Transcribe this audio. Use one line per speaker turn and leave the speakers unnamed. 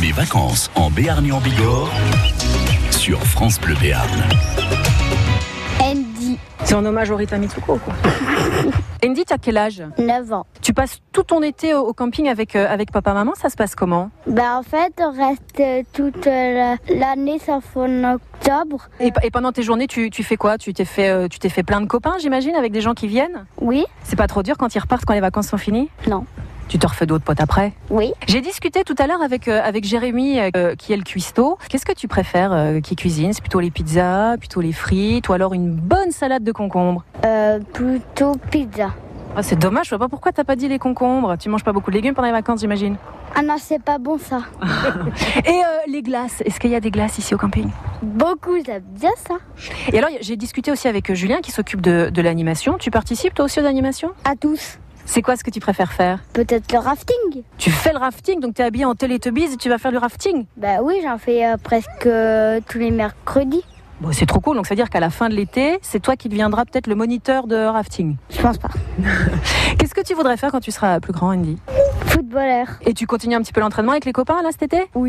Mes vacances en Béarn et en Bigorre sur France Bleu Béarn.
Andy,
C'est en hommage au Rita Mitsuko, quoi.
Andy, t'as quel âge
9 ans.
Tu passes tout ton été au, au camping avec, euh, avec papa-maman, ça se passe comment
Bah en fait, on reste euh, toute euh, la- l'année sauf en octobre.
et, pe- et pendant tes journées, tu, tu fais quoi Tu t'es fait, euh, tu t'es fait plein de copains, j'imagine, avec des gens qui viennent
Oui,
C'est pas trop dur quand ils repartent, quand les vacances sont finies
Non.
Tu te refais d'autres potes après
oui.
J'ai discuté tout à l'heure avec, euh, avec Jérémy, euh, qui est le cuistot. Qu'est-ce que tu préfères euh, qui cuisine C'est plutôt les pizzas, plutôt les frites, ou alors une bonne salade de concombre
Euh, plutôt pizza.
Ah, C'est dommage, je vois pas pourquoi t'as pas dit les concombres. Tu manges pas beaucoup de légumes pendant les vacances, j'imagine.
Ah non, c'est pas bon ça.
Et euh, les glaces, est-ce qu'il y a des glaces ici au camping
Beaucoup, j'aime bien ça.
Et alors, j'ai discuté aussi avec euh, Julien qui s'occupe de, de l'animation. Tu participes toi aussi aux animations
À tous.
C'est quoi ce que tu préfères faire
Peut-être le rafting
Tu fais le rafting, donc t'es habillé en Teletubbies et tu vas faire du rafting
Bah oui, j'en fais euh, presque euh, tous les mercredis.
Bon, c'est trop cool, donc ça veut dire qu'à la fin de l'été, c'est toi qui deviendras peut-être le moniteur de rafting.
Je pense pas.
Qu'est-ce que tu voudrais faire quand tu seras plus grand, Andy
Footballeur.
Et tu continues un petit peu l'entraînement avec les copains là cet été
Oui.